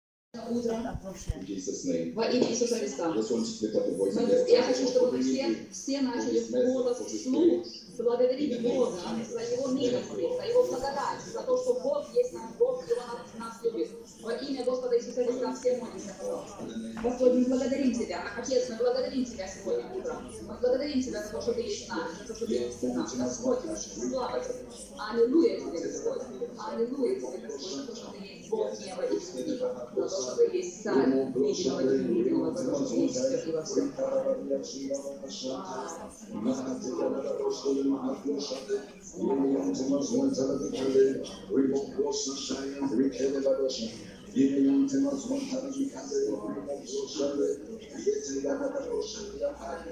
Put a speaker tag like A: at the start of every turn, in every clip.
A: сегодня утром
B: In Jesus' name.
A: во имя Иисуса Христа.
B: I just want you to lift up your voice and
A: Мы-
B: let's
A: Я
B: thank
A: хочу,
B: God
A: чтобы
B: for
A: вы
B: bringing
A: все,
B: you
A: все
B: for
A: начали
B: His
A: в
B: mercy,
A: голос
B: for His
A: вслух
B: grace.
A: благодарить Бога за Его милости, за Его благодать, за то, что Бог есть наш Бог, и Он нас- нас любит. Во имя Господа Иисуса Христа все молимся, пожалуйста. Господь, мы благодарим Тебя. Отец, мы благодарим Тебя сегодня утром. Мы благодарим Тебя за то, что Ты есть наш, за то, что Ты есть наш. Господь наш, слава Тебе. Аллилуйя Тебе, Господь. Аллилуйя Тебе, Господь, за то, что Ты есть Бог неба и земли, за то, что Ты есть Царь невидимого и невидимого, за то, что Ты есть все во всем.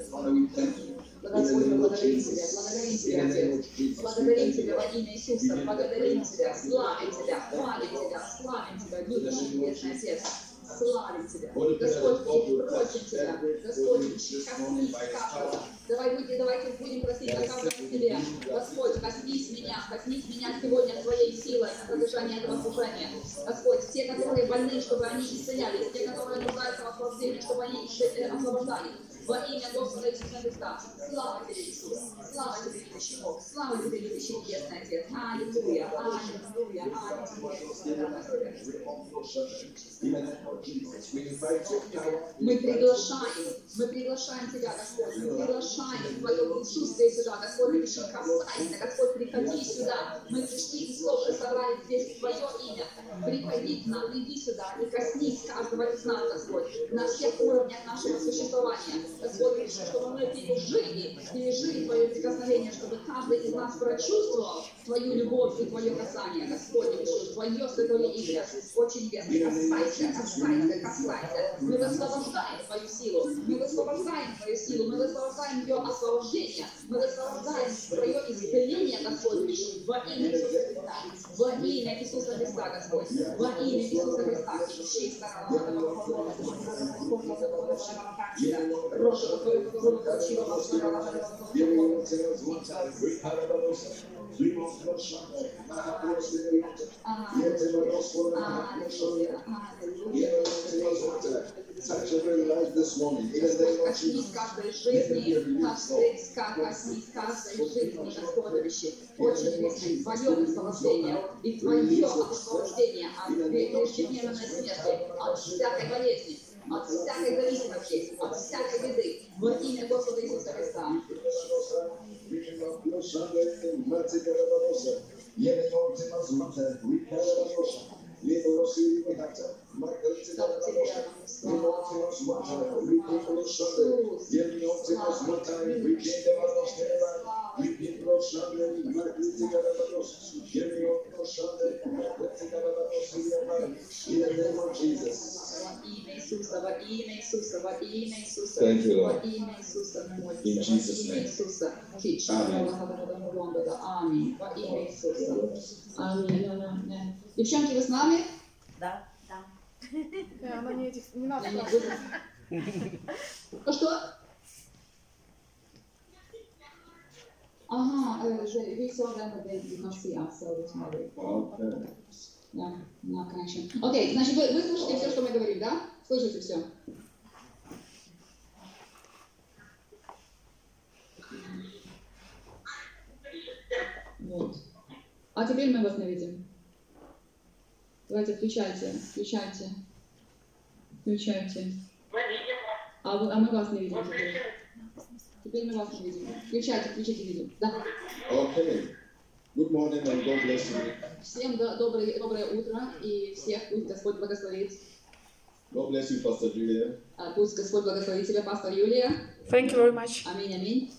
C: Father, we thank you.
A: Господь, мы благодарим Тебя, благодарим Тебя, Отец. Благодарим Тебя во имя Иисуса, благодарим Тебя, славим Тебя, хвалим Тебя, славим Тебя, любим Небесный Отец. Славим Тебя. Господь, мы просим Тебя. Господь, коснись каждого. Давай, будь- давайте будем просить о каждом Тебе. Господь, коснись меня, коснись меня сегодня Твоей силой на продолжение этого служения. Господь, те, которые больны, чтобы они исцелялись, те, которые нуждаются в освобождении, чтобы они исце- освобождались. Во имя Господа Иисуса Христа. Слава тебе, Иисус. Слава тебе, любящий Бог. Слава тебе, любящий небесный Отец. Аллилуйя. Аллилуйя. Аллилуйя.
B: Uh-huh.
A: Мы приглашаем, мы приглашаем Тебя, Господь, мы приглашаем Твое присутствие сюда, Господь, мы пришли касайся, Господь, приходи сюда, мы пришли из Бога, собрали здесь Твое имя, приходи к нам, иди сюда и коснись каждого из нас, Господь, на всех уровнях нашего существования, Господь, пришли, чтобы мы пережили, пережили Твое прикосновение, чтобы каждый из нас прочувствовал Твою любовь и Твое касание, Господь, пришли, Твое святое имя, очень верно, касайся, касайся, касайся, мы высвобождаем Твою силу, мы высвобождаем Твою силу, мы высвобождаем ее освобождение, мы высвобождаем Твое исцеление, Господь, Иисус, во имя Иисуса Христа, во имя Иисуса Христа, Господь, во имя Иисуса Христа, чисто
C: Such a very life this morning. In the name of
B: Uh-huh.
A: Коснись
C: Jesus.
A: каждой жизни, каждой ска- коснись каждой жизни, Господовище. Очень есть Твое высвобождение и Твое освобождение от ежедневной смерти, от всякой болезни, от всякой зависимости, от всякой беды. Во имя Господа Иисуса Христа.
C: In the name of Jesus.
A: Во имя Иисуса, во имя Иисуса, во имя Иисуса,
B: Thank you,
A: во
B: Lord.
A: имя Иисуса, молимся,
B: In
A: во
B: Jesus'
A: имя
B: name.
A: Иисуса, Хич, Аминь, во имя Иисуса. Аминь. Аминь. Девчонки, вы с нами?
D: Да. Да.
E: Да, Э, она не этих, не надо
A: Я не
E: спрашивать.
A: буду. Ну что? Ага, э, же- we saw them, but they did not see us, so it's not very-
B: Okay.
A: Да, на connection. Окей, значит, вы, вы слышите все, что мы говорим, да? Слышите все? Вот. А теперь мы вас не видим. Давайте включайте, включайте, включайте. А, вы- а мы вас не видим теперь. Теперь мы вас не видим. Включайте, включите видео. Да.
B: Okay. Good morning and God bless you.
A: Всем до- доброе, доброе утро и всех пусть Господь благословит.
B: God bless you, Pastor Julia.
A: А, Пусть Господь благословит тебя, пастор Юлия.
E: Thank you very much.
A: Аминь, аминь.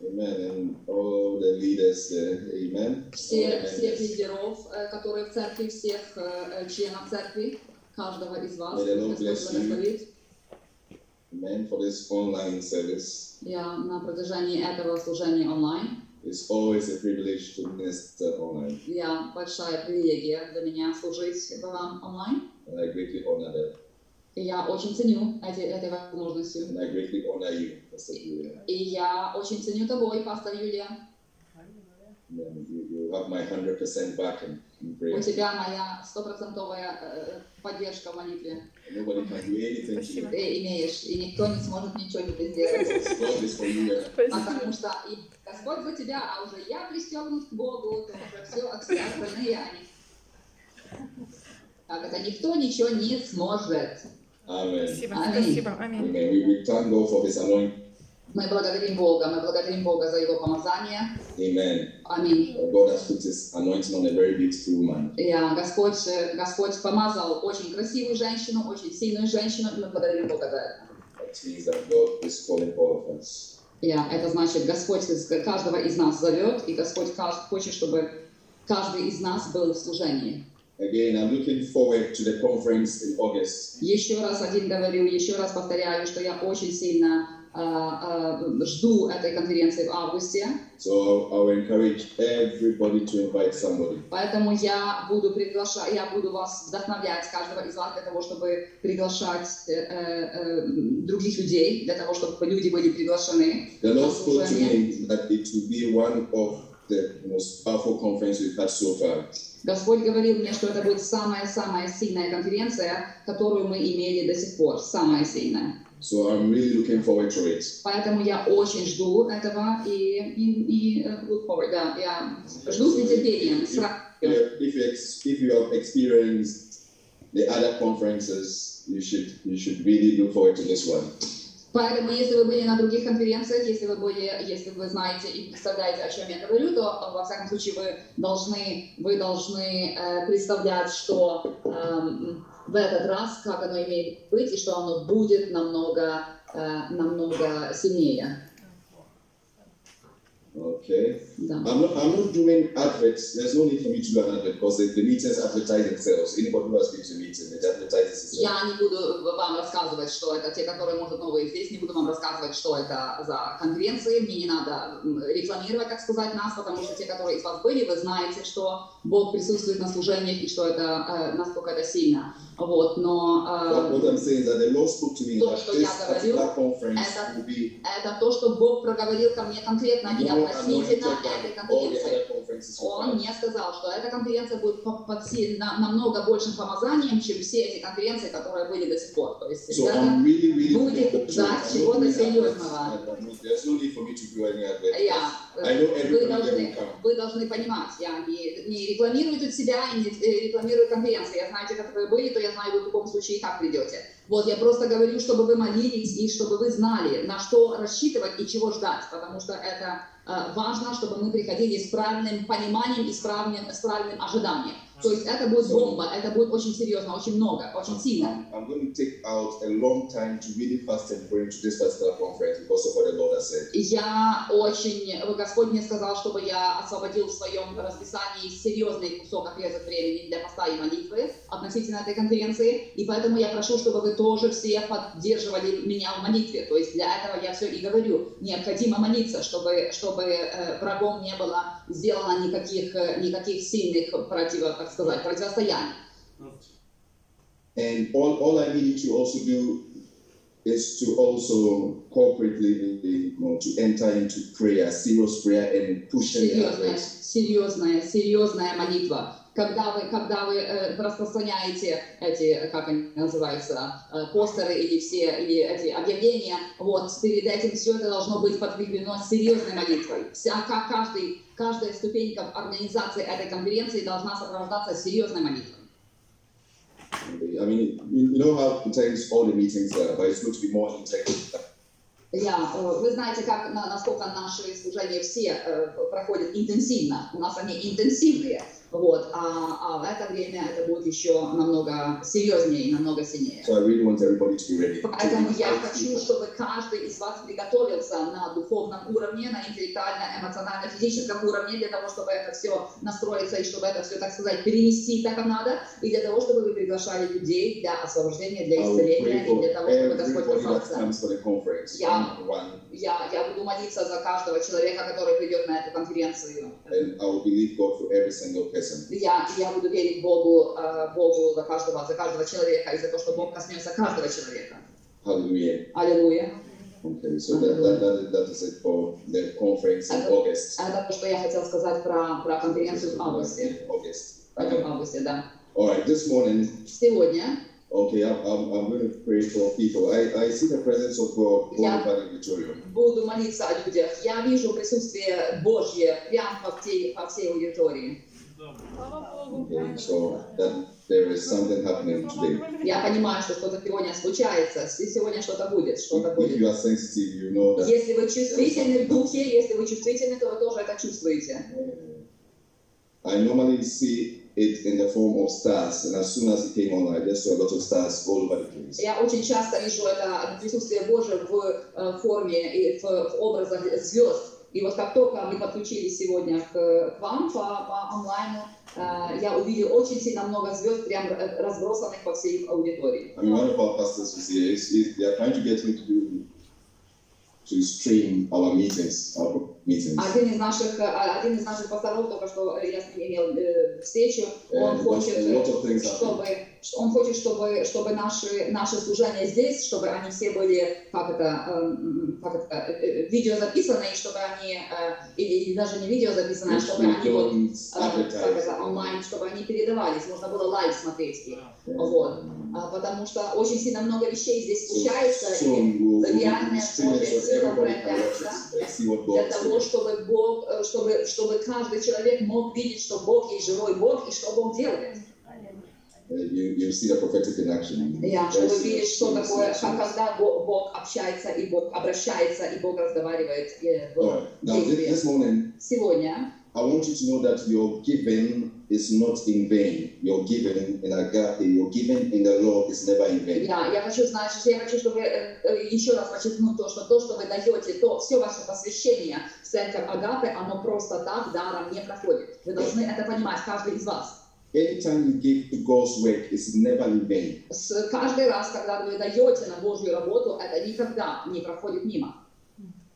B: Amen. And all the leaders, uh, amen.
A: Все,
B: Amen.
A: всех лидеров, э, которые в церкви, всех э, э, членов церкви, каждого из вас.
B: May the Lord
A: Господь
B: bless you.
A: благословит.
B: Amen for this online service.
A: Я на протяжении этого служения онлайн.
B: It's always a privilege to minister online.
A: Я большая привилегия для меня служить вам онлайн.
B: And I greatly honor that.
A: И я очень ценю эти, этой возможностью.
B: And I greatly honor you, Pastor Julia.
A: И я очень ценю тобой, пастор Юлия.
B: Amen. You, you have my 100% backing. in
A: У
B: prayer.
A: тебя моя стопроцентовая э, поддержка в молитве.
B: Nobody can do anything to you.
A: Ты имеешь, и никто не сможет ничего тебе сделать.
B: God is for you. and
A: А Потому что и Господь за тебя, а уже я пристегнут к Богу, то уже все, а все остальные они. Так это никто ничего не сможет.
B: Amen.
E: Спасибо,
A: Аминь.
E: спасибо, аминь.
B: Amen. We, we thank God for this anointing.
A: Мы благодарим Бога, мы благодарим Бога за Его помазание.
B: Amen.
A: Аминь.
B: God has put His anointing on a very beautiful woman.
A: Я, Господь, э, Господь помазал очень красивую женщину, очень сильную женщину, и мы благодарим Бога за это.
B: That means that God is calling all of us.
A: Я, а, это значит, Господь из- каждого из нас зовет, и Господь кажд- хочет, чтобы каждый из нас был в служении.
B: Again, I'm looking forward to the conference in August.
A: Еще раз один говорю, еще раз повторяю, что я очень сильно а, а, жду этой конференции в августе,
B: So I will encourage everybody to invite somebody.
A: поэтому я буду приглашать, я буду вас вдохновлять каждого из вас для того, чтобы приглашать э, э, э, других людей, для того, чтобы люди были приглашены.
B: The Lord spoke to me that it will be one of the most powerful conferences we've had so far.
A: Господь говорил мне, что это будет самая-самая сильная конференция, которую мы имели до сих пор, самая сильная.
B: So I'm really looking forward to it.
A: Поэтому я очень жду этого и, и, и э, look forward, да, я жду с нетерпением. с радостью.
B: If if you ex- if you have experienced the other conferences, you should you should really look forward to this one.
A: Поэтому, если вы были на других конференциях, если вы были, если вы знаете и представляете, о чем я говорю, то э, во всяком случае вы должны, вы должны э, представлять, что эм, в этот раз как оно имеет быть и что оно будет намного, э, намного сильнее.
B: Okay.
A: Да.
B: I'm not I'm not doing adverts. There's no need for me to do an advert because the, the meetings advertise themselves. Anybody who has been to a meeting, it advertises itself.
A: Я не буду вам рассказывать, что это. Те, которые, может, новые здесь, не буду вам рассказывать, что это за конференции. Мне не надо м, рекламировать, так сказать, нас, потому что те, которые из вас были, вы знаете, что Бог присутствует на служениях и что это, э, насколько это сильно. Вот,
B: But
A: но э,
B: what I'm saying is that the Lord spoke to me
A: Look,
B: that
A: so
B: this
A: yeah, the
B: particular
A: value-
B: conference
A: and
B: will be
A: э, это то, что Бог проговорил ко мне конкретно и
B: more anointed
A: относительно этой
B: than all the
A: конференции.
B: other conferences. we've
A: Он
B: had.
A: мне сказал, что эта конференция будет по- под сильно- намного большим помазанием, чем все эти конференции, которые были до сих пор. То есть
B: So
A: ребята,
B: I'm really, really
A: Будет
B: looking forward to it.
A: ждать
B: I'm not doing
A: чего-то
B: adverts.
A: серьезного.
B: I'm not- There's no need for me to do any adverts.
A: Я, э,
B: I know
A: вы,
B: everybody that will
A: должны,
B: come.
A: вы должны понимать, я не, не рекламирую тут себя и не э, рекламирую конференции. Я знаю, те, которые были, то я знаю, вы в любом случае и так придете. Вот, я просто говорю, чтобы вы молились и чтобы вы знали, на что рассчитывать и чего ждать, потому что это э, важно, чтобы мы приходили с правильным пониманием и с правильным, с правильным ожиданием. То есть это будет бомба, это будет очень серьезно, очень много, очень сильно.
B: I'm going to take out a long time to really fast and pray to this particular conference because of what the Lord has said.
A: И Я очень, вот Господь мне сказал, чтобы я освободил в своем расписании серьезный кусок отрезок времени для поста и молитвы относительно этой конференции, и поэтому я прошу, чтобы вы тоже все поддерживали меня в молитве. То есть для этого я все и говорю, необходимо молиться, чтобы, чтобы э, врагом не было сделано никаких, э, никаких сильных противо, так сказать, противостояний.
B: And all, all I need you to also do is to also corporately you know, to enter into prayer, serious prayer, and push any
A: серьезная,
B: adverts.
A: серьезная, серьезная молитва. Когда вы, когда вы э, распространяете эти, как они называются, э, постеры или все или эти объявления, вот перед этим все это должно быть подкреплено серьезной молитвой. Вся, ка- каждый, каждая ступенька в организации этой конференции должна сопровождаться серьезной молитвой.
B: I mean, you, you know how intense all the meetings are, but it's going to be more intense.
A: Я, э, вы знаете, как, на- насколько наши служения все э, проходят интенсивно. У нас они интенсивные. Вот. А, а в это время это будет еще намного серьезнее и намного сильнее.
B: So I really want everybody to be ready.
A: Поэтому я хочу, чтобы каждый из вас приготовился на духовном уровне, на интеллектуальном, эмоциональном, физическом уровне, для того, чтобы это все настроиться и чтобы это все, так сказать, перенести так как надо, и для того, чтобы вы приглашали людей для освобождения,
B: I
A: для
B: will
A: исцеления,
B: pray
A: и
B: for
A: для того, чтобы Господь
B: everybody that
A: касался.
B: comes for the conference.
A: Yeah.
B: one- One.
A: Я, я буду молиться за каждого человека, который придет на эту конференцию.
B: and I will believe God for every single person.
A: Я, я буду верить Богу, э, Бogу за каждого, за каждого человека и за то, что Бог коснется каждого человека.
B: Hallelujah.
A: Аллилуйя.
B: Okay, so that, that, that, that is it for the conference in August.
A: А Это то, что я хотела сказать про, про конференцию в августе.
B: August.
A: Э, потом в августе, да.
B: All right, this morning,
A: Сегодня
B: okay, I'm, I'm, I'm going to pray for people. I, I see the presence of God all
A: Yeah.
B: over the auditorium.
A: буду молиться о людях. Я вижу присутствие Божье прямо по всей, по всей аудитории.
E: Слава Богу.
B: Okay, so that there is something happening today.
A: Я понимаю, что что-то сегодня случается, и сегодня что-то будет, что-то
B: If
A: будет.
B: you are sensitive, you know that
A: Если вы чувствительны в духе, если вы чувствительны, то вы тоже это чувствуете.
B: I normally see it in the form of stars, and as soon as it came on, I just saw a lot of stars all over the place.
A: Я очень часто вижу это присутствие Божье в э, форме и в, в образах звезд. И вот как только мы подключились сегодня к, к вам по, по онлайну, э, я увидел очень сильно много звезд, прям э, разбросанных по всей аудитории.
B: I mean, one of our pastors was here. He's, he's, they are trying to get me to do to stream our meetings, our meetings.
A: Один из наших, э, один из наших пасторов, только что я с ним имел э, встречу, он
B: And lots-
A: хочет,
B: a
A: э,
B: lot of things happen.
A: чтобы, он хочет, чтобы, чтобы наши, наши служения здесь, чтобы они все были, как это, э, м, как это э, э, видео записаны, и чтобы они, э, или, или даже не видео записаны, а
B: Which
A: чтобы
B: we
A: они вот,
B: don't
A: э, как
B: advertise.
A: это, онлайн, чтобы они передавались, можно было лайв смотреть их.
B: Yeah.
A: Вот. А, Потому что очень сильно много вещей здесь случается,
B: Uh,
A: и
B: So soon we'll,
A: the
B: we'll
A: reality
B: do stream it
A: of
B: so everybody
A: it,
B: can watch it and see what
A: для
B: God is
A: того,
B: doing.
A: чтобы Бог, э, чтобы, чтобы каждый человек мог видеть, что Бог есть живой Бог и что Бог делает.
B: Uh, You, you see the prophetic in action.
A: Я,
B: Very
A: чтобы видеть,
B: serious,
A: что
B: serious
A: такое,
B: action.
A: как когда Бо- Бог общается, и Бог обращается, и Бог разговаривает. э,
B: All
A: вот.
B: right. Now, thi- this morning,
A: Сегодня
B: I want you to know that your giving is not in vain. Your giving in agape, your giving in the Lord is never in vain.
A: я, я хочу знать, что я хочу, чтобы э, э, еще раз подчеркнуть то, что то, что вы даете, то все ваше посвящение в церковь Агапы, оно просто так даром не проходит. Вы должны это понимать, каждый из вас.
B: Anytime you give to God's work, it's never in vain.
A: С- каждый раз, когда вы даете на Божью работу, это никогда не проходит мимо.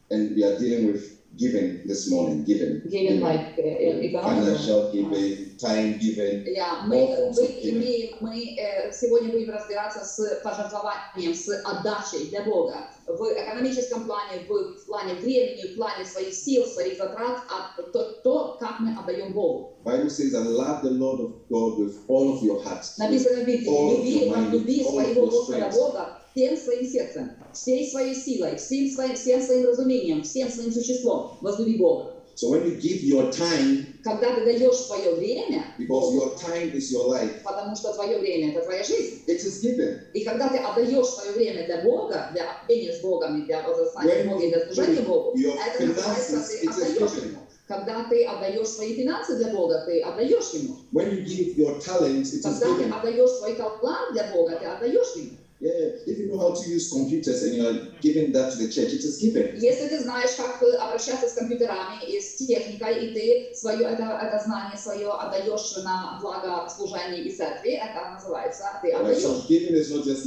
B: And we are dealing with giving this morning, giving.
A: Given like, э, э,
B: Financial giving, time giving.
A: Я, мы, мы имеем, мы э, сегодня будем разбираться с пожертвованием, с отдачей для Бога в экономическом плане, в, плане времени, в плане своих сил, своих затрат, а то, то, как мы отдаем Богу.
B: Bible says, and love the Lord of God with all of your heart.
A: Написано в Библии, люби, возлюби своего Господа Бога всем своим сердцем, всей своей силой, всем своим, всем своим разумением, всем своим существом, возлюби Бога.
B: So when you give your time,
A: Когда ты даешь свое время,
B: because your time is your life,
A: потому что твое время – это твоя жизнь,
B: it is giving.
A: И когда ты отдаешь свое время для Бога, для общения с Богом и для возрастания
B: When-
A: Бога и для служения Богу,
B: Your
A: это называется,
B: finances,
A: ты
B: it is
A: отдаешь
B: giving.
A: Ему. Когда ты отдаешь свои финансы для Бога, ты отдаешь Ему.
B: When you give your talent, it is
A: Когда ты
B: given.
A: отдаешь свой талант для Бога, ты отдаешь Ему.
B: Yeah, if you know how to use computers and you are giving that to the church, it is given.
A: Если ты знаешь, как э, обращаться с компьютерами и с техникой, и ты свое это, это знание свое отдаешь на благо служения и церкви, это называется ты
B: Right?
A: отдаешь.
B: So giving is not just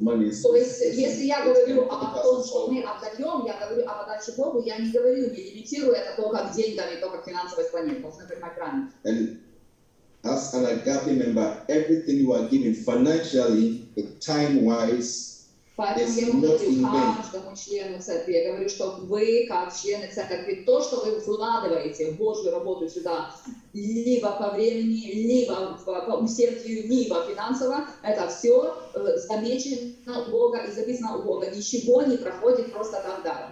B: money. it's-
A: То есть, если я говорю
B: it's
A: о том, что мы отдаем, я говорю об отдаче Богу, я не говорю, не лимитирую это только деньгами, только финансовой стране, должны понимать правильно.
B: And as an agape member, everything you are giving financially, time wise,
A: Поэтому
B: Yes,
A: я
B: not in
A: говорю
B: vain.
A: каждому члену церкви, я говорю, что вы, как члены церкви, то, что вы вкладываете в Божью работу сюда, либо по времени, либо по, по усердию, либо финансово, это все э, замечено у Бога и записано у Бога. Ничего не проходит просто так даром.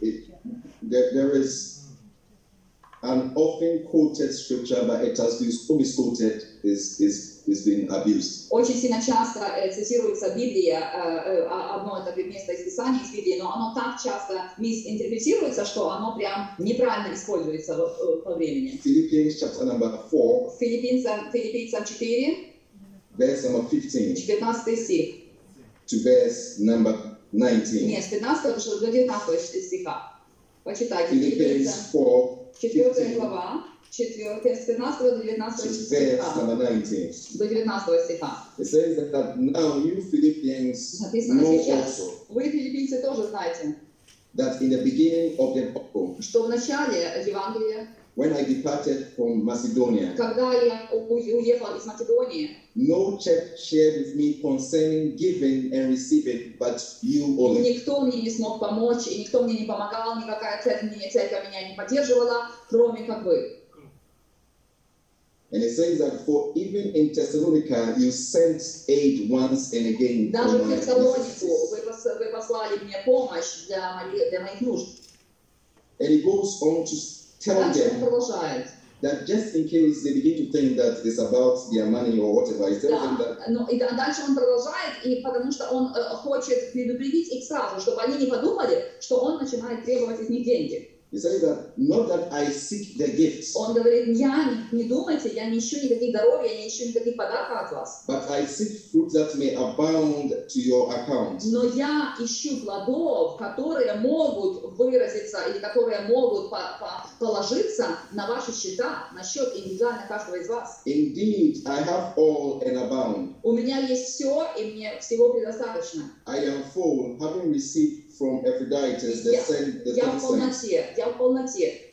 B: there, there is an often quoted scripture, but it has been so misquoted, is is is being abused.
A: Очень сильно часто э, цитируется Библия, э, э, а- одно это место из Писания, из Библии, но оно так часто мисинтерпретируется, что оно прям неправильно используется во- э, по времени.
B: Philippians chapter number four,
A: Филиппийцам, Филиппийцам 4,
B: verse number fifteen
A: 19 стих.
B: to verse number nineteen.
A: Нет, с 15 до 19 стиха. Почитайте. Филиппийцам
B: Philippians 4,
A: 4
B: 15,
A: глава, 4, с 15 до 19
B: to verse
A: стиха.
B: number 19.
A: До 19 стиха.
B: It says that now you Philippians
A: Написано
B: know
A: сейчас.
B: also
A: Вы, филиппийцы, тоже знаете,
B: that in the beginning of the gospel,
A: что в начале Евангелия
B: when I departed from Macedonia,
A: Когда я у- уехала из Македонии,
B: no church shared with me concerning giving and receiving, but you only.
A: никто мне не смог помочь, и никто мне не помогал, никакая церковь, мне- церковь меня не поддерживала, кроме как вы.
B: And it says that for even in Thessalonica, you sent aid once and again. for
A: Даже в
B: my
A: Фессалонику
B: necessities.
A: вы, пос- вы послали мне помощь для, мои- для моих нужд.
B: And it goes on to tell
A: Дальше он
B: them
A: продолжает.
B: that just in case they begin to think that it's about their money or whatever, it tells them that
A: Да, но и да- дальше он продолжает, и потому что он э, хочет предупредить их сразу, чтобы они не подумали, что он начинает требовать из них деньги.
B: it says that not that I seek the gifts,
A: Он говорит, я не, не думайте, я не ищу никаких даров, я не ищу никаких подарков от вас,
B: but I seek fruit that may abound to your account.
A: но я ищу плодов, которые могут выразиться или которые могут по- по- положиться на ваши счета, на счет индивидуально каждого из вас.
B: Indeed, I have all and abound.
A: У меня есть все, и мне всего предостаточно.
B: I am full, having received from Epaphroditus the
A: Yeah.
B: sen- the
A: Я в
B: thanks,
A: полноте, я в полноте.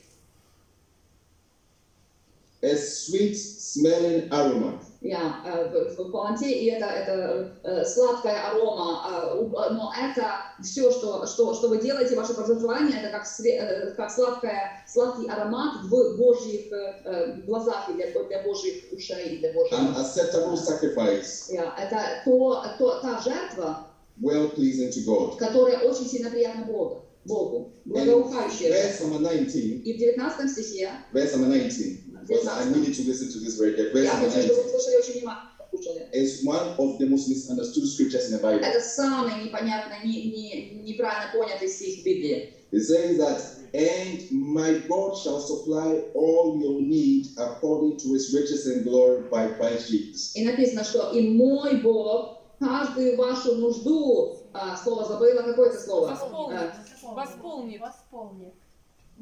B: a sweet smelling aroma.
A: Я э, в, в полноте, и это, это э, сладкая арома, э, у- э, но это все, что, что, что вы делаете, ваше проживание, это как, све- э, как сладкая, сладкий аромат в Божьих э, э, глазах и для, для Божьих ушей, и для Божьих.
B: an acceptable sacrifice,
A: Я- Э, Это то, то, та жертва,
B: well pleasing to God.
A: которая очень сильно приятна Богу, Богу благоухающая.
B: Verse
A: жертва.
B: number 19,
A: И в 19 стихе,
B: verse number 19, because I need you to listen to this very carefully.
A: я
B: Verse number
A: хочу, чтобы
B: 19
A: вы слушали очень внимательно, слушали.
B: is one of the most misunderstood scriptures in the Bible.
A: Это самый непонятно, не, не, неправильно понятый стих Библии.
B: It says that, and my God shall supply all your need according to his riches and glory by Christ Jesus.
A: И написано, что «И мой Бог каждую вашу нужду...» а, Слово забыла, какое-то слово?
E: Восполнит.
A: Э,
E: Восполнит.
D: Восполнит.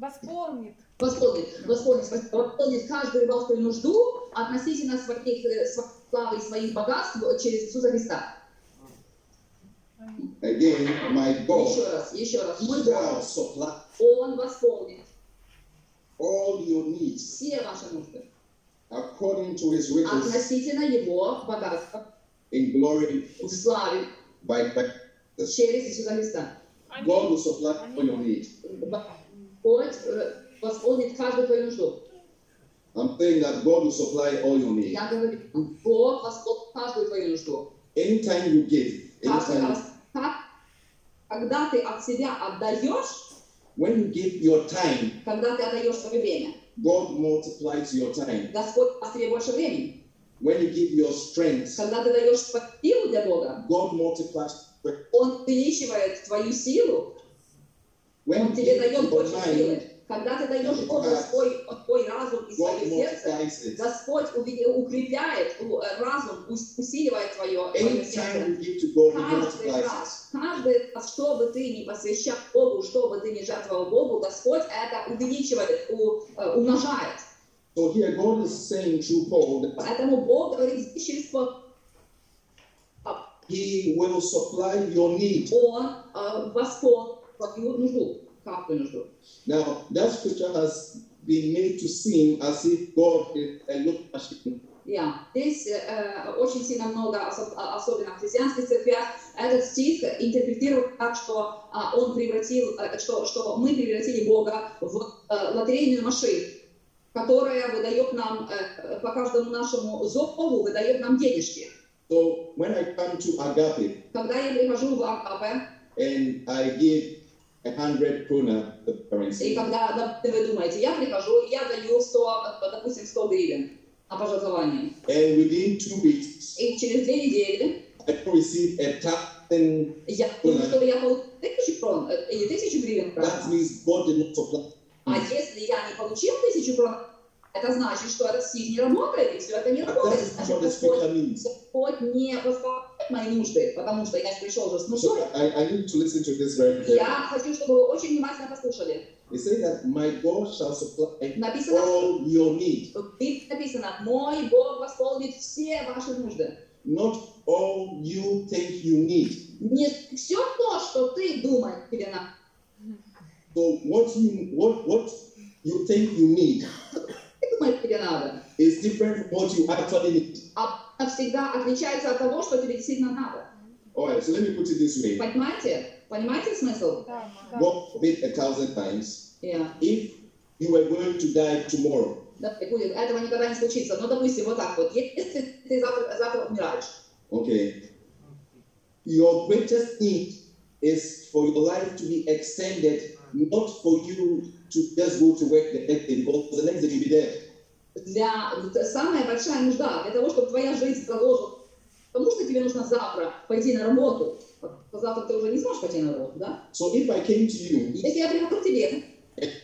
E: Восполнит.
A: Восполнит, восполнит, спасибо. восполнит каждую вашу нужду относительно своих э, сва- славы и своих богатств через Иисуса Христа.
B: Again, my
A: Еще
B: God
A: раз, еще раз. Мой
B: shall
A: Бог,
B: supply
A: Он восполнит
B: all your needs
A: все ваши нужды
B: according to his riches
A: относительно Его богатства
B: in glory
A: в славе
B: by Christ Jesus.
A: через Иисуса Христа.
E: Они-
B: God will supply all your need.
A: Господь э, восполнит каждую твою нужду.
B: I'm saying that God will supply all your need.
A: Я говорю, Бог восполнит каждую твою нужду.
B: Anytime you give,
A: Каждый
B: anytime,
A: раз, как- когда ты от себя отдаешь,
B: when you give your time,
A: когда ты отдаешь свое время,
B: God multiplies your time.
A: Господь даст тебе больше времени.
B: When you give your strength,
A: Когда ты даешь свою силу для Бога,
B: God multiplies. strength.
A: Он увеличивает твою силу, Он
B: When you
A: тебе
B: give
A: дает
B: your
A: больше силы.
B: mind,
A: Когда ты даешь
B: Your
A: Богу
B: heart.
A: свой, свой разум и
B: God
A: свое сердце,
B: multiplies it.
A: Господь уве- укрепляет у- э, разум, ус- усиливает твое, твое сердце.
B: Anytime you give to God, He
A: Каждый
B: multiplies
A: раз, каждый раз, что бы ты ни посвящал Богу, что бы ты ни жертвовал Богу, Господь это увеличивает, у- э, умножает.
B: it. So here, God is saying through Paul that
A: Поэтому Бог говорит здесь через Павла,
B: He will supply your need.
A: Он э, восполнит твою нужду, каждую нужду.
B: Now, that scripture has been made to seem as if God is a look machine
A: Я. Здесь э, очень сильно много, особ- а- особенно в христианских церквях, этот стих интерпретирует так, что а, он превратил, э, что, что мы превратили Бога в э, лотерейную машину, которая выдает нам э, по каждому нашему зову выдает нам денежки.
B: So when I come to Agape
A: Когда я прихожу в АКП,
B: and I give a hundred krona the
A: и
B: currency,
A: когда да, вы думаете, я прихожу, и я даю 100, э, допустим, 100 гривен на пожертвование,
B: and within two weeks
A: и через две недели
B: I don't receive a thousand,
A: Я думаю, что я получу тысячу крон э, или тысячу гривен.
B: that
A: правда?
B: means God did not supply.
A: А если я не получил тысячу крон, это значит, что этот стих не работает, и все это не
B: But that
A: работает.
B: is
A: Значит,
B: not what the
A: Господь,
B: scripture means.
A: Господь не восполняет мои нужды, потому что иначе пришел
B: Ну,
A: же с нуждой.
B: So I, I need to listen to this very carefully.
A: Я хочу, чтобы вы очень внимательно послушали.
B: It says that my God shall supply
A: Написано,
B: all your need,
A: тут написано, мой Бог восполнит все ваши нужды.
B: not all you think you need.
A: Не все то, что ты думаешь тебе надо.
B: So what you what what you think you need
A: Ты думаешь, тебе надо.
B: is different from what you actually need.
A: А это всегда отличается от того, что тебе действительно надо.
B: All right, so let me put it this way.
A: Понимаете? Понимаете смысл?
E: Да, да.
B: God forbid a thousand times,
A: Я-
B: if you were going to die tomorrow,
A: Допустим, этого никогда не случится. Но, допустим, вот так вот. Если ты завтра, завтра умираешь,
B: Okay. Your greatest need is for your life to be extended, not for you to just go to work the next day, because the next day you'll be dead.
A: для т- самая большая нужда для того, чтобы твоя жизнь продолжилась, потому что тебе нужно завтра пойти на работу. Завтра ты уже не сможешь пойти на работу, да?
B: So if I came to you,
A: Если я приведу к тебе,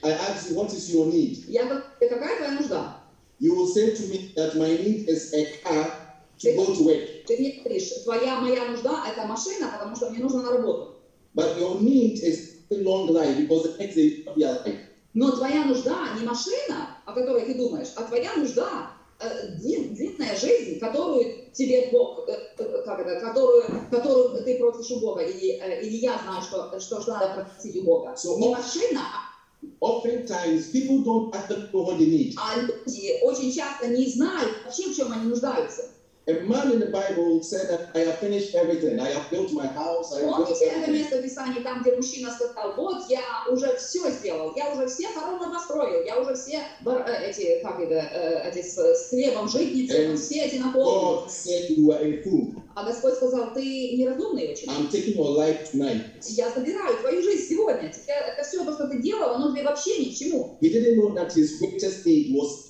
B: I ask you, what is your need?
A: я говорю, «Э, какая твоя нужда?
B: You will say to me that my need is a car to go to work.
A: Ты мне говоришь, твоя моя нужда – это машина, потому что мне нужно на работу.
B: But your need is a long life because the next day you'll not be alive.
A: Но твоя нужда не машина, о которой ты думаешь, а твоя нужда э, дли- длинная жизнь, которую тебе Бог, э, э, как это, которую, которую ты просишь у Бога, или, э, или я знаю, что, что ж надо просить у Бога.
B: So
A: Не
B: more,
A: машина, а
B: oftentimes people don't actually know what they need.
A: А люди очень часто не знают вообще, в чем они нуждаются.
B: A man in the Bible said that I have finished everything. I have built my house. I have built
A: Помните это
B: everything.
A: место в Писании, там, где мужчина сказал, вот я уже все сделал, я уже все хоромы построил, я уже все бар- э, эти, как это, э, эти с, с хлебом житницы,
B: Эм,
A: все эти наполнил.
B: God said you are a fool.
A: А Господь сказал, ты неразумный очень.
B: I'm taking your life tonight.
A: Я забираю твою жизнь сегодня. Тебя, это все, то, что ты делал, оно тебе вообще ни к чему.
B: He didn't know that his greatest need was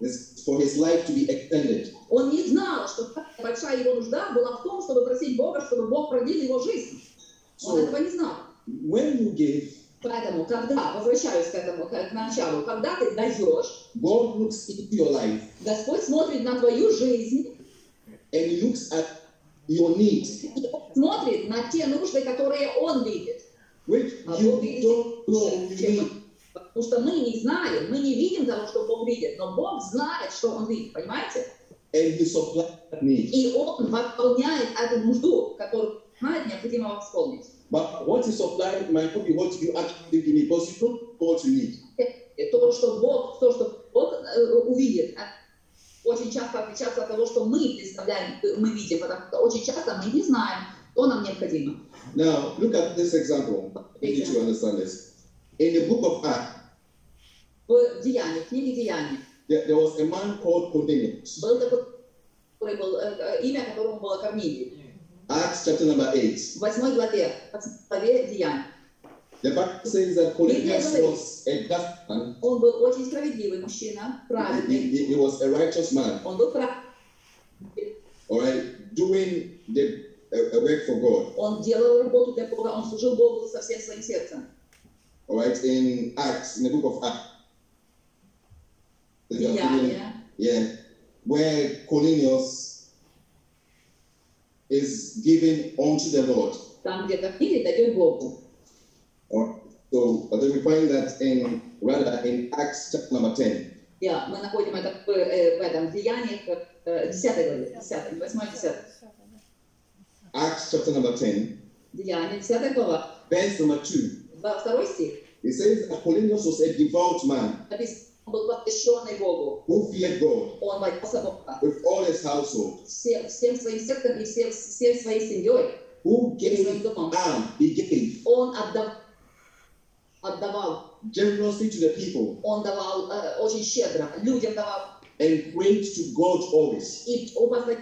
B: is for his life to be extended.
A: Он не знал, что большая его нужда была в том, чтобы просить Бога, чтобы Бог продлил его жизнь. Он
B: So
A: этого не знал.
B: when you give,
A: Поэтому, когда, возвращаюсь к этому, к, к началу, когда ты даешь,
B: God looks into your life
A: Господь смотрит на твою жизнь,
B: and he looks at your need,
A: и Он смотрит на те нужды, которые Он видит.
B: which
A: А
B: you
A: Бог видит
B: don't know you
A: лучше, чем
B: need.
A: мы. Потому что мы не знаем, мы не видим того, что Бог видит, но Бог знает, что Он видит, понимаете?
B: and he supplies that need.
A: И Он восполняет эту нужду, которую знает, необходимо восполнить.
B: But what he supplies might not be what you actually need because you don't know what you need.
A: И то, что Бог, то, что Бог э, увидит, э, очень часто отличается от того, что мы представляем, э, мы видим, потому что очень часто мы не знаем, что нам необходимо.
B: Now, look at this example. You need to understand this. In the book of Acts,
A: в Деянии, в книге Деяний.
B: there, there was a man called Cornelius.
A: Был такой, который был, э, э, имя которому было Корнилий.
B: Acts chapter number 8.
A: В 8 главе, в главе Деяний.
B: The Bible says that Cornelius was a just man,
A: Он был очень справедливый мужчина,
B: he,
A: праведный.
B: he- he was a righteous man,
A: Он был прав,
B: all right, doing the a, a work for God.
A: он делал работу для Бога, он служил Богу со всем своим сердцем.
B: All right, in Acts, in the book of Acts. Is that Cornelius?
A: Деяния.
B: Yeah, where Cornelius is given unto the Lord.
A: Там, где Корнилий дает Богу.
B: So but then we find that in rather in Acts chapter number 10.
A: Я- мы находим это в, э, в этом Деяниях, э, 10 главе, 10, 8, 10.
B: Acts chapter number 10,
A: Деяния, 10 глава,
B: verse number 2.
A: 2 стих.
B: It says that Cornelius was a devout man
A: Написано, он был посвященный Богу.
B: who feared God.
A: Он боялся Бога.
B: with all his household,
A: все, всем своим сердцем и всем, всем своей семьей,
B: who
A: всем
B: gave
A: своим домом.
B: and he gave
A: Он отдав, отдавал,
B: generously to the people
A: он давал э, очень щедро, людям давал
B: and prayed to God always.
A: и упознал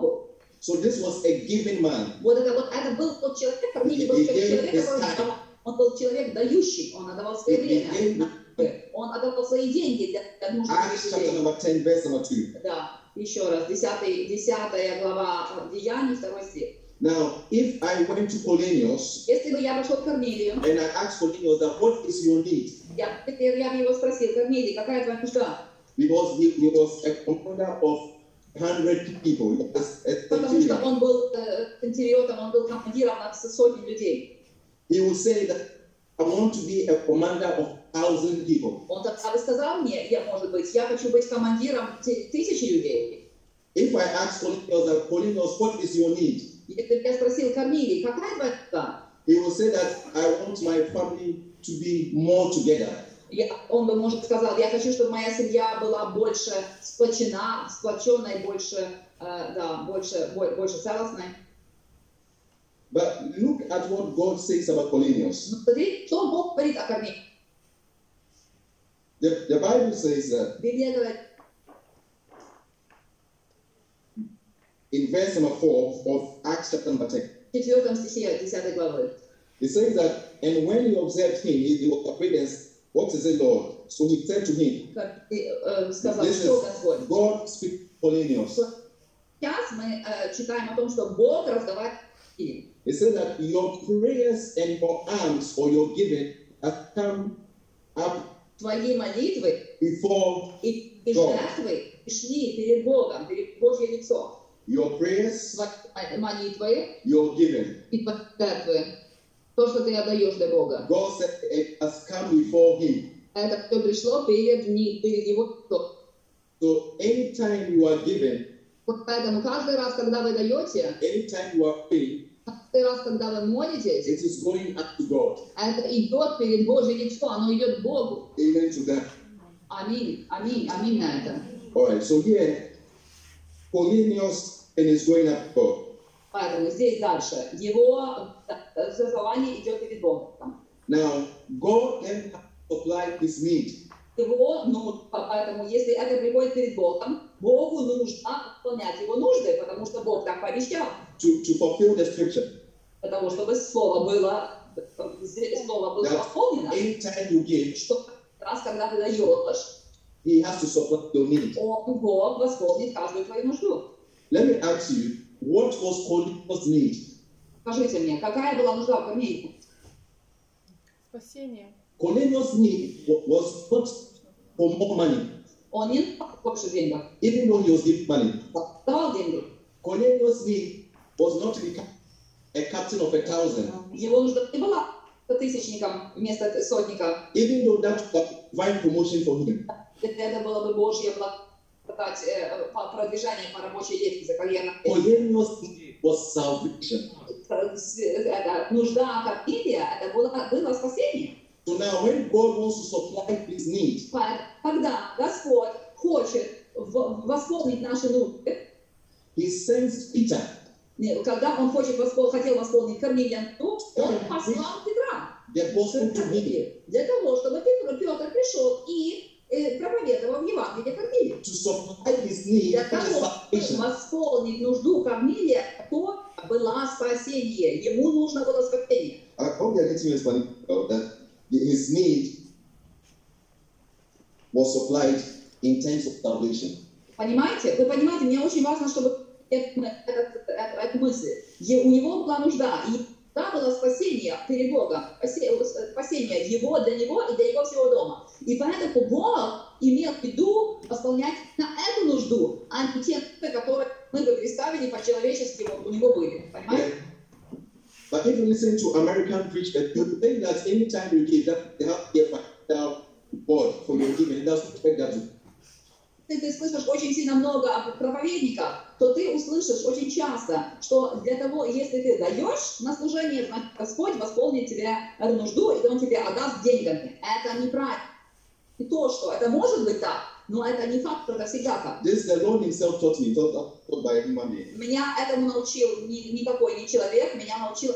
A: Богу.
B: So this was a giving man.
A: Вот это вот это был тот человек, Корнилий был
B: И- и-
A: человек,
B: и-
A: который отдавал. он был человек дающий, он отдавал свое
B: He
A: время,
B: gave
A: он отдавал свои деньги для, для нужд
B: Acts
A: людей.
B: chapter number 10, verse number 2.
A: Да, еще раз, 10, 10 глава Деяний, 2 стих.
B: Now, if I went to Cornelius
A: Если бы я пошел к Корнилию,
B: and I asked Cornelius that what is your need?
A: я, я бы его спросил, Корнилий, какая твоя нужда?
B: Because he, he was a commander of 100 people. He was a
A: Потому что
B: centurion.
A: он был э, центуриотом, он был командиром на сотни людей.
B: He would say that I want to be a commander of 1,000 people.
A: Он так, а вы сказал мне, я, может быть, я хочу быть командиром те- тысячи людей.
B: If I asked Cornelius that Cornelius, what is your need?
A: Если бы я спросил Корнилий, какая твоя нужда?
B: He will say that I want my family to be more together.
A: Я- он бы, может, сказал, я хочу, чтобы моя семья была больше сплочена, сплоченной, больше, э, да, больше, бо- больше целостной.
B: But look at
A: Ну,
B: what God says about Cornelius.
A: Но смотри, что Бог говорит о Корнилии.
B: The, the Bible says that
A: Библия говорит,
B: in verse number 4 of Acts chapter number 10,
A: в 4 стихе 10 главы.
B: it says that, and when he observed him, he he was afraid and s- what is it, Lord? So he said to him,
A: Как ты э, сказал,
B: This
A: что
B: is-
A: Господь.
B: God speak Polonius.
A: Сейчас мы э, читаем о том, что Бог разговаривает с ним.
B: It says that your prayers and your alms or your giving have come up
A: Твои молитвы
B: before
A: и, и
B: Да.
A: жертвы пришли перед Богом, перед Божьим лицом.
B: your prayers,
A: Твои мо- молитвы
B: your giving.
A: и твои жертвы, то, что ты отдаешь для Бога,
B: God said it has come before him.
A: А это все пришло перед ним, перед его лицом.
B: So anytime you are giving,
A: Вот поэтому каждый раз, когда вы даете,
B: anytime you are praying,
A: каждый раз, когда вы молитесь, а
B: it is going up to God.
A: это идет перед Божьим лицом, оно идет к Богу.
B: Amen to that.
A: Аминь, аминь, аминь на это.
B: All right, so here, Polinius and it's going up to God.
A: Поэтому здесь дальше. Его э, жертвование идет перед Богом.
B: Now, God then supplied his need.
A: Его ну, по- поэтому если это приходит перед Богом, Богу нужно выполнять его нужды, потому что Бог так пообещал,
B: To, to fulfill the scripture,
A: для того, чтобы слово было, э, зре- слово было
B: Да.
A: исполнено.
B: anytime you give,
A: Что каждый раз, когда ты даешь,
B: he has to supply your need.
A: он, Бог восполнит каждую твою нужду.
B: Let me ask you, what was Cornelius' need?
A: Скажите мне, какая была нужда в Корнеику?
E: Спасение.
B: Cornelius' need wa- was not for more money,
A: Он не дал больше денег,
B: even though he was given money.
A: давал деньги.
B: Cornelius' need was not to become a captain of a thousand,
A: Его нужда не была тысячником вместо сотника,
B: even though that was divine promotion for him.
A: это было бы Божье благодать, э, по- продвижение по рабочей лестнице карьерно.
B: Cornelius' need was salvation.
A: Э, с- это Нужда Корнилия, это было, было спасение.
B: So now, when God wants to supply his need,
A: Поэтому, Когда Господь хочет в- восполнить наши нужды,
B: he sends Peter.
A: не, э, когда Он хочет воспол- хотел восполнить Корнилия, то Он послал Петра
B: The apostle to him
A: для того, чтобы Петр, Петр пришел и э, проповедовал Евангелие Корнилия.
B: to supply his need
A: Для
B: for
A: того,
B: salvation.
A: восполнить нужду Корнилия, то было спасение. Ему нужно было спасение.
B: I hope you're getting me funny about that. His need was supplied in terms of salvation.
A: Понимаете? Вы понимаете, мне очень важно, чтобы эту, этот- эту- эту мысль. Е- у него была нужда. И да, было спасение перед Богом. Спасе- э, Спасение его для него и для его всего дома. И поэтому Бог имел в виду восполнять на эту нужду, а не те, которые мы бы представили по-человечески вот у него были. Понимаете?
B: Yeah. But if you listen to American preachers, you think that anytime you give that they have to find out God for your giving. That's not like that.
A: ты, ты слышишь очень сильно много от проповедника, то ты услышишь очень часто, что для того, если ты даешь на служение, значит, Господь восполнит тебя эту нужду, и Он тебе отдаст деньгами. Это неправильно. И то, что это может быть так, но это не факт, что это всегда так.
B: This the Lord Himself taught me, taught, taught by a human being.
A: Меня этому научил ни- никакой не человек, меня научил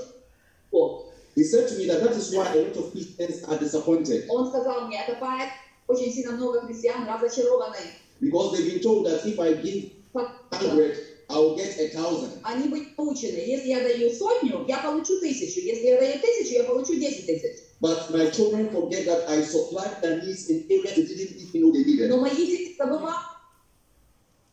A: Бог.
B: He said to me that that is why a lot of Christians are disappointed
A: Он сказал мне, это поэт, очень сильно много христиан разочарованы.
B: because they've been told that if I give hundred, I'll get a thousand.
A: Они быть научены. Если я даю сотню, я получу тысячу. Если я даю тысячу, я получу десять тысяч.
B: But my children forget that I supplied their needs in areas they didn't even know they needed.
A: Но мои дети забывают,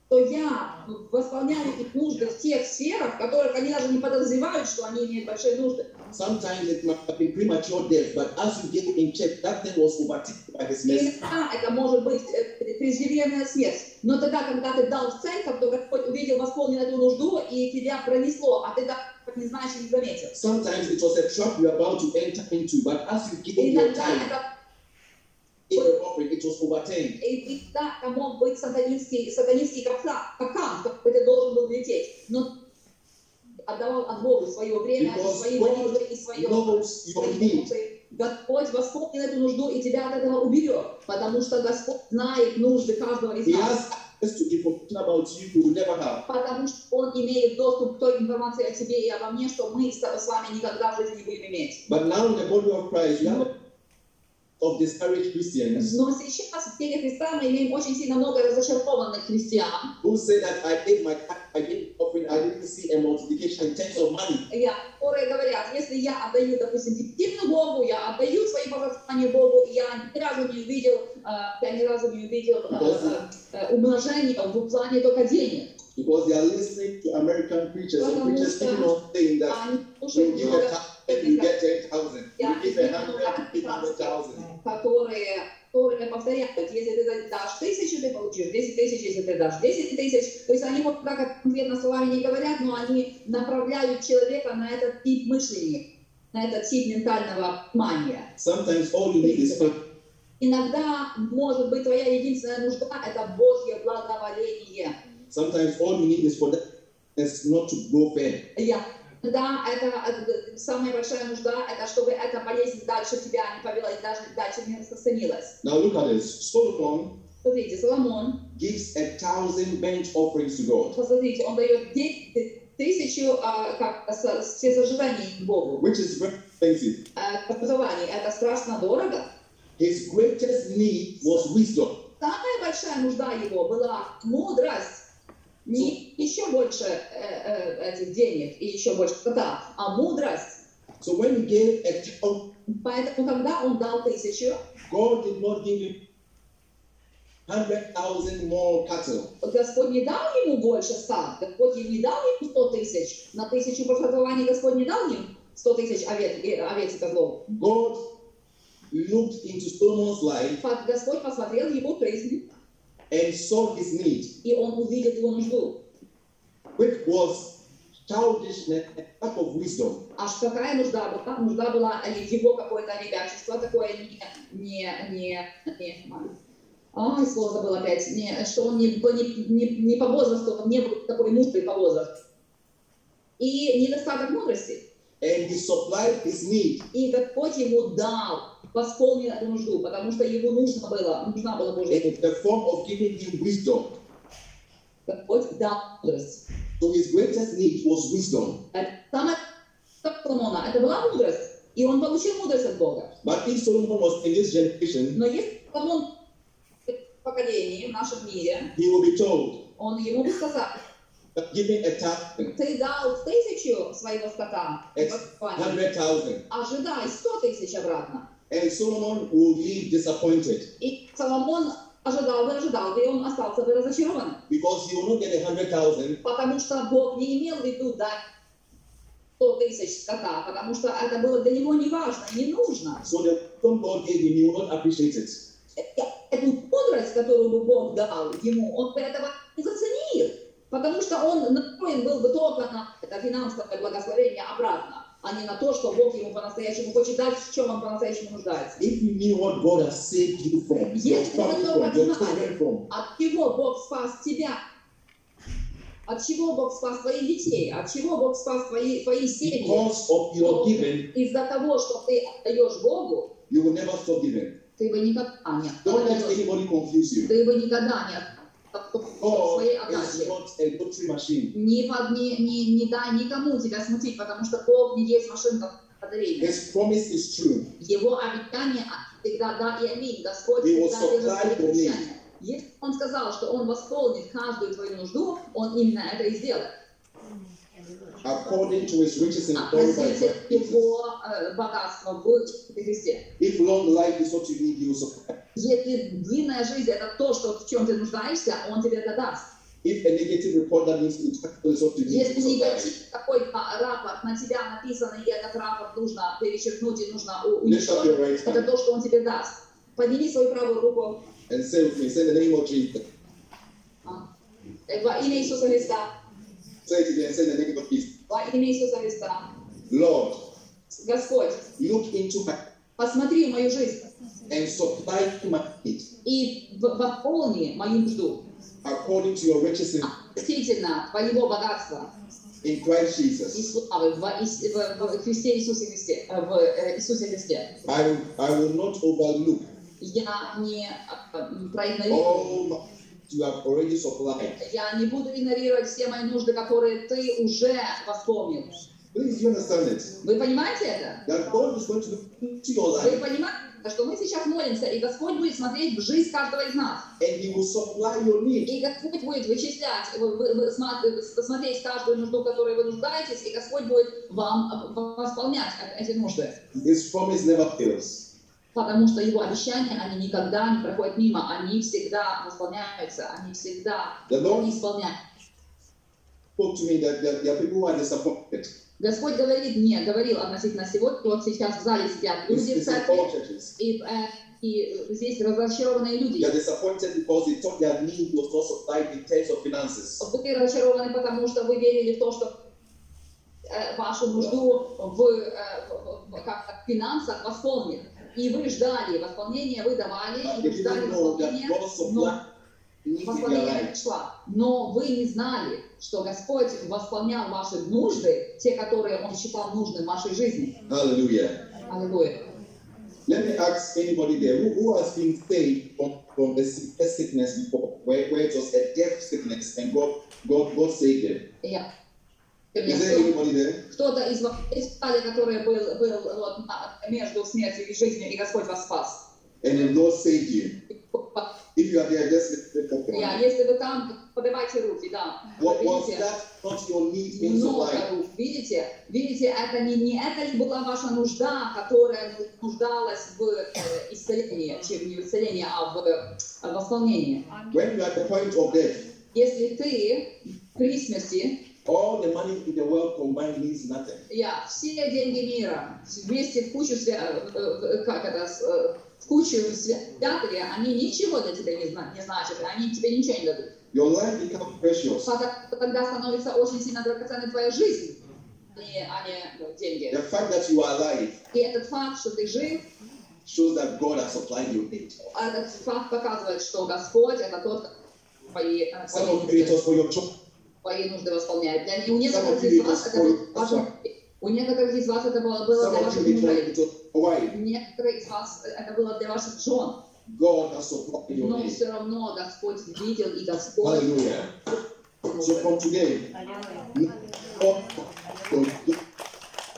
A: что я восполняю их нужды в тех сферах, в которых они даже не подозревают, что они имеют большие нужды.
B: Sometimes it might have been premature death, but as you get in check, that thing was overtaken by his mercy.
A: Иногда это может быть э, преждевременная смерть. Но тогда, когда ты дал в церковь, то Господь увидел, восполнил эту нужду, и тебя пронесло, а ты даже не знаешь и не заметил.
B: Sometimes it was a trap you were about to enter into, but as you gave your
A: Иногда
B: time
A: это,
B: in the offering, it was overturned.
A: иногда это мог быть сатанинский, сатанинский капкан, капкан, в который ты должен был лететь. Но отдавал от Бога свое время,
B: Because
A: свои
B: God
A: молитвы и свое...
B: Knows your need.
A: Господь восполнит эту нужду и тебя от этого уберет, потому что Господь знает нужды каждого из
B: He
A: нас,
B: has access to information about you you will never have.
A: потому что Он имеет доступ к той информации о тебе и обо мне, что мы с с вами никогда в жизни не будем иметь.
B: But now in the body of Christ, you have of discouraged Christians
A: Но сейчас в теле Христа мы имеем очень сильно много разочарованных христиан.
B: who say that I gave my tithe, I gave offering, I didn't see a multiplication in terms of money.
A: Я, которые говорят, если я отдаю, допустим, десятину Богу, я отдаю свои пожертвования Богу, я ни разу не увидел, э, я ни разу не увидел э, э, умножения в плане только денег.
B: Because they are listening to American preachers and preachers keep on saying that
A: А они слушают
B: you give a
A: много,
B: thousand, you get ten thousand. You
A: Yeah.
B: give a hundred, you get hundred thousand.
A: которые, которые повторяют, если ты дашь тысячу, ты получишь 10 тысяч, если ты дашь 10 тысяч. То есть они вот так конкретно словами не говорят, но они направляют человека на этот тип мышления, на этот тип ментального обмания.
B: Sometimes all you need is faith.
A: Иногда, может быть, твоя единственная нужда – это Божье благоволение.
B: Sometimes all you need is for that is not to go fair.
A: Я. Да, это, это самая большая нужда, это чтобы эта болезнь дальше тебя не повела и даже дальше не распространилась.
B: Now look at this. Solomon
A: Смотрите, Соломон,
B: gives a thousand bench offerings to God,
A: посмотрите, он дает 10 тысячу а, как, с- с- всесожжений Богу.
B: which is very expensive.
A: А, Образование, это страшно дорого.
B: His greatest need was wisdom.
A: Самая большая нужда его была мудрость. Не еще больше э, э, этих денег и еще больше да, а мудрость.
B: So when he gave a thousand,
A: Поэтому, когда он дал тысячу,
B: God did not give him hundred thousand more cattle.
A: Господь не дал ему больше ста, Господь ему не дал ему сто тысяч. На тысячу пожертвований Господь не дал ему сто тысяч овец, э, овец и козлов.
B: God looked into Solomon's life
A: Фа- Господь посмотрел его жизнь,
B: and saw his need,
A: и он увидел его нужду.
B: which was childishness and lack of wisdom.
A: Аж какая нужда была? Нужда была э, его какое-то ребячество, такое не... не, не, не Ай, слово забыла опять. Не, что он не, был- не, не, не по возрасту, он не был такой мудрый по возрасту. И недостаток мудрости.
B: And he supplied his need
A: И Господь ему дал, восполнил эту нужду, потому что ему нужно было, нужна была Божья помощь.
B: in the form of giving him wisdom.
A: Господь дал мудрость.
B: So his greatest need was wisdом.
A: Это самое как Соломона, это была мудрость, и он получил мудрость от Бога.
B: But if Solomon was in this generation,
A: Но если Соломон в поколении, в нашем мире,
B: he will be told
A: он ему бы сказал,
B: that giving a thousand,
A: ты дал тысячу своего скота,
B: Ex-
A: Господь,
B: hundred thousand,
A: ожидай сто тысяч обратно.
B: and Solomon will leave disappointed
A: И Соломон ожидал бы, ожидал бы, и он остался бы разочарованным,
B: because he will not get a hundred thousand,
A: потому что Бог не имел в виду дать 100 тысяч скота, потому что это было для него не важно, не нужно.
B: so the wisdom God gave him, he will not appreciate it.
A: Эту мудрость, которую бы Бог дал ему, он бы этого не заценил, потому что он настроен был бы только на это финансовое благословение обратно, а не на то, что Бог ему по-настоящему хочет дать, в чем он по-настоящему нуждается.
B: If you knew what God has saved you from, your
A: Yes,
B: family
A: no,
B: from,
A: but
B: your
A: not.
B: children from,
A: От чего Бог спас тебя? От чего Бог спас твоих детей? От чего Бог спас твои, твои семьи?
B: because of your giving,
A: Из-за того, что ты отдаешь Богу,
B: you will never stop giving.
A: ты бы а, никогда не
B: Don't let
A: отдаешь.
B: anybody confuse you.
A: Ты бы никогда не отдал
B: God
A: своей
B: is
A: отдачи.
B: not a lottery machine.
A: Не, под- не, не, не дай никому тебя смутить, потому что Бог не есть машинка подарения.
B: His promise is true.
A: Его обетание всегда да и аминь. Господь
B: He will
A: всегда держит
B: supply
A: свои
B: your needs.
A: обещания. Если Он сказал, что Он восполнит каждую твою нужду, Он именно это и сделает.
B: according to his riches and glory by
A: Относите
B: Christ Jesus.
A: Его э, богатство в Христе.
B: If long life is what you need, he will supply.
A: Если длинная жизнь – это то, что, в чем ты нуждаешься, Он тебе это даст.
B: If a negative report that means impactful is what you need,
A: Если
B: he will supply.
A: негатив такой а, рапорт на тебя написан, и этот рапорт нужно перечеркнуть и нужно у-
B: Lift up
A: уничтожить,
B: your right
A: это
B: hand
A: то, что он тебе даст. Подними свою правую руку
B: and say with me, say in the name of Jesus.
A: а, э, во имя Иисуса Христа,
B: Say it again, say in the name of Jesus.
A: во имя Иисуса Христа.
B: Lord,
A: Господь,
B: look into my
A: посмотри в мою жизнь
B: and supply my need
A: и в- восполни мою нужду
B: according to your riches in,
A: относительно твоего богатства
B: in Christ
A: и
B: Jesus.
A: славы во Ис- в, в Христе Иисусе Христе, э, в э, Иисусе Христе.
B: I, I will not overlook
A: Я не а, а, проигнорирую
B: all my, you have already supplied.
A: Я не буду игнорировать все мои нужды, которые ты уже восполнил.
B: Please, you understand it?
A: Вы понимаете это?
B: That God is going to look into your
A: Вы
B: life
A: понимаете, Так что мы сейчас молимся, и Господь будет смотреть в жизнь каждого из нас.
B: and He will supply your need.
A: И Господь будет вычислять, вы- вы- вы сма- э, смотреть каждую нужду, в которой вы нуждаетесь, и Господь будет вам э, восполнять эти нужды.
B: His promise never fails.
A: Потому что Его обещания, они никогда не проходят мимо, они всегда восполняются, они всегда
B: The Lord
A: исполняются.
B: spoke to me that there, there are people who are disappointed.
A: Господь говорит мне, говорил относительно сегодня, вот сейчас в зале сидят
B: It's,
A: люди в
B: it's in
A: церкви,
B: all churches.
A: и, э, и здесь разочарованные люди.
B: They are disappointed because they thought their need was not supplied in terms of finances.
A: Вы разочарованы, потому что вы верили в то, что э, вашу нужду в, э, в- в- как так, финансах восполнит. И вы ждали восполнения, вы давали,
B: But
A: и
B: they
A: вы ждали
B: didn't know that
A: восполнения,
B: God supplied need in their
A: восполнение
B: life.
A: пришла. Но вы не знали, что Господь восполнял ваши нужды, те, которые Он считал нужным в вашей жизни.
B: Hallelujah.
A: Аллилуйя.
B: Let me ask anybody there who, who has been saved from, from a sick- a sickness before, where, where it was a death sickness and God, God, God saved them.
A: Я.
B: Is there anybody there?
A: Кто-то из вас, из стали, который был, был вот, на- между смертью и жизнью, и Господь вас спас.
B: And if God saved you, if you are there, just lift up your
A: Я,
B: hand.
A: если вы там, поднимайте руки, да.
B: What was
A: Видите?
B: that not your need being
A: Много
B: supplied?
A: рук, видите? Видите, это не, не это ли была ваша нужда, которая нуждалась в э, исцелении, чем не в исцелении, а в э, восполнении.
B: When you are at the point of death,
A: Если ты при смерти,
B: all the money in the world combined means nothing.
A: я, все деньги мира вместе в кучу, свя- э, э, как это, с- э, в кучу святые, они ничего для тебя не, зна- не значат, они тебе ничего не дадут.
B: Your life becomes precious.
A: Тогда тогда становится очень сильно драгоценной твоя жизнь, а не, а не, ну, деньги.
B: The fact that you are alive
A: И этот факт, что ты жив,
B: shows that God has supplied your need.
A: а этот факт показывает, что Господь это тот, кто твои, э,
B: Some
A: твои
B: of you it was
A: нужды,
B: for your job.
A: твои нужды восполняет. Для, у
B: Some
A: некоторых
B: of you
A: из
B: it was
A: вас это
B: for
A: было
B: your husband.
A: важно. У некоторых из вас это было, было
B: Some
A: для
B: of
A: ваших
B: you it was-
A: мужей.
B: it was for wife.
A: Некоторые из вас это было для ваших жен.
B: God has supplied your
A: Но
B: need.
A: все равно Господь видел и Господь.
B: Hallelujah. So from today, God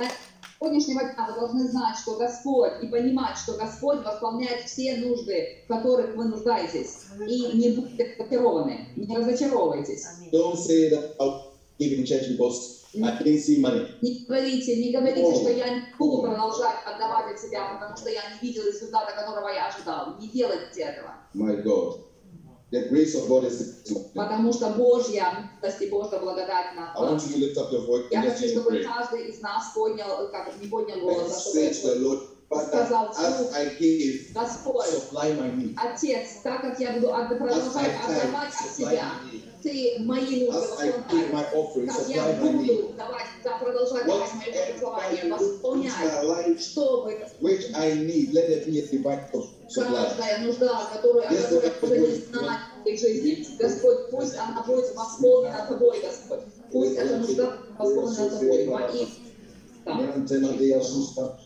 A: С сегодняшнего дня вы должны знать, что Господь, и понимать, что Господь восполняет все нужды, в которых вы нуждаетесь. И не будьте разочарованы, не разочаровывайтесь.
B: don't say that I'll give in church because I didn't see money.
A: Не говорите, не говорите,
B: О.
A: что я не буду продолжать отдавать от себя, потому что я не видел результата, которого я ожидал. Не делайте этого,
B: My God. The grace of God is
A: потому что Божья милость и Божья благодать на
B: I want you to lift up your voice
A: Я
B: and
A: хочу,
B: just pray.
A: чтобы каждый из нас поднял, э, как не поднял
B: And
A: голос, а
B: say to the
A: чтобы
B: Lord, Father,
A: сказал
B: as
A: вслух,
B: I give,
A: Господь,
B: supply my need.
A: Отец, так как я буду отда-
B: As I
A: продолжать
B: tithe,
A: отдавать от
B: supply
A: себя,
B: my need.
A: Ты мои нужды
B: As I give
A: восполняй.
B: my offering,
A: Как я
B: supply my need.
A: буду давать, да, продолжать давать мои
B: Whatever
A: благословения,
B: I do in
A: восполняй,
B: my life,
A: что вы
B: which I need, let there be a divine supply.
A: каждая нужда, которую о
B: Если
A: которой
B: это
A: уже не
B: будет-
A: знает в этой жизни, Господь, пусть она будет восполнена Тобой, Господь. Пусть эта нужда будет восполнена Тобой. Во имя Христа.
B: Mantena de Asusta.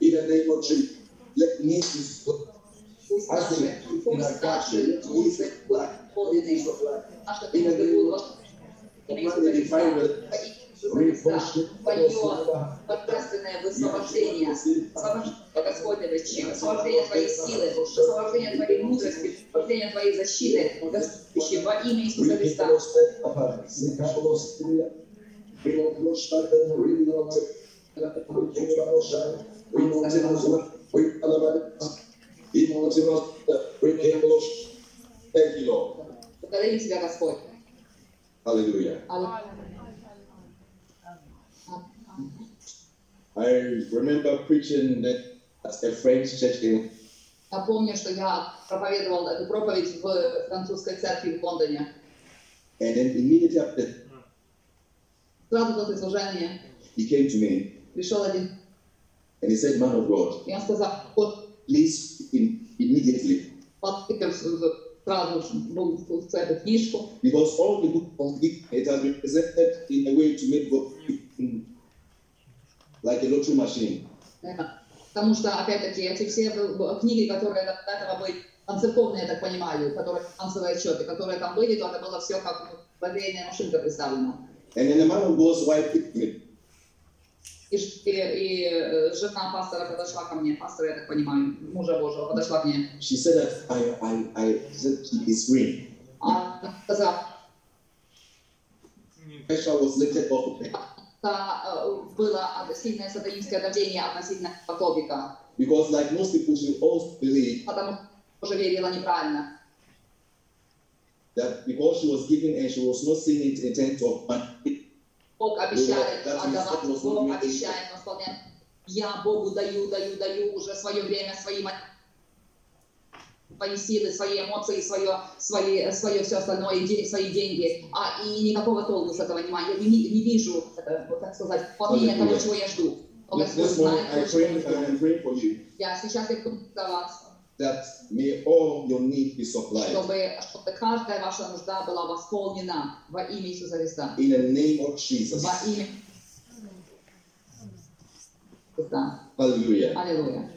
C: In the name of Jesus, let me
A: Пусть
C: as
A: наши-
C: they do in our
A: пусть наши
C: country, to eat
A: нужды
C: it black, it
A: восполнены.
C: is of black.
A: Наши нужды будут восполнены.
C: Command the divine will
A: Во имя Христа.
C: reinforce
A: Твое
C: us.
A: божественное высвобождение, освобождение Господне речи, освобождение Твоей силы, освобождение Твоей мудрости, освобождение Твоей защиты, Господи, во имя Иисуса
C: We
A: Христа.
C: can lost that apart. We can lost it. We don't lost that and we don't lost it. We can lost that. We don't lost that. We can lost that. We don't lost that. We can lost
B: Thank you, Lord.
A: Благодарим Тебя, Господь.
B: Hallelujah.
A: Аллилуйя.
B: I remember preaching that at a French church in
A: Я помню, что я проповедовал эту проповедь в французской церкви в Лондоне.
B: and then immediately after
A: Сразу после служения
B: He came to me
A: пришел один,
B: and he said, Man of God,
A: и он сказал, вот,
B: please in, immediately.
A: подпитер сразу же был в эту книжку.
B: Because all the book of it, it has been presented in a way to make God like a lottery machine.
A: э, Потому что, опять-таки, эти все э, книги, которые до до этого были концертовные, я так понимаю, которые танцевые отчеты, которые там были, то это было все как ну, лотерейная машинка представлена.
B: And then the man of God's wife picked me.
A: И, ж- и, и, э, жена пастора подошла ко мне, пастора, я так понимаю, мужа Божьего, подошла ко мне.
B: She said that I, I, I said she is free.
A: А Она сказала,
B: Pressure was lifted off of her
A: что э, было сильное сатанинское давление относительно этого топика,
B: because, like most people, she also believed
A: потому что уже верила неправильно.
B: that because she was given and she was not seeing it in terms of money,
A: Бог обещает,
B: Да, да,
A: отдавать,
B: да,
A: Бог
B: да.
A: обещает, но вполне я Богу даю, даю, даю уже свое время, свои, мо- свои силы, свои эмоции, свое, свои, свое все остальное, и де- свои деньги, а и никакого толку с этого нема. Я не, не вижу, э, вот так сказать, вполне того,
B: Аллилуйя.
A: чего я жду. Но
B: this,
A: Господь
B: this morning
A: знает, того,
B: I
A: чего
B: pray
A: я
B: and
A: жду.
B: I'm praying for you
A: Я сейчас я буду вас,
B: that may all your need be supplied
A: чтобы, чтобы каждая ваша нужда была восполнена во имя Иисуса Христа.
B: in the name of
A: Во
B: Jesus.
A: имя Христа.
B: Hallelujah.
A: Аллилуйя.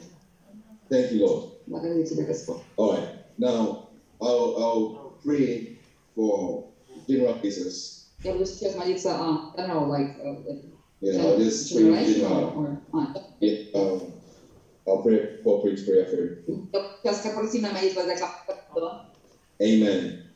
B: Thank you, Lord.
A: Благодарю тебя, Господь.
B: All right. Now I'll, I'll pray for general cases.
A: Я буду сейчас молиться о I don't know, like, uh,
B: You know, I'll
A: uh,
B: just pray in
A: generation
B: general.
A: or- а,
B: Yeah, um, I'll pray corporate prayer for you.
A: я Сейчас корпоративная молитва для каждого.
B: Amen.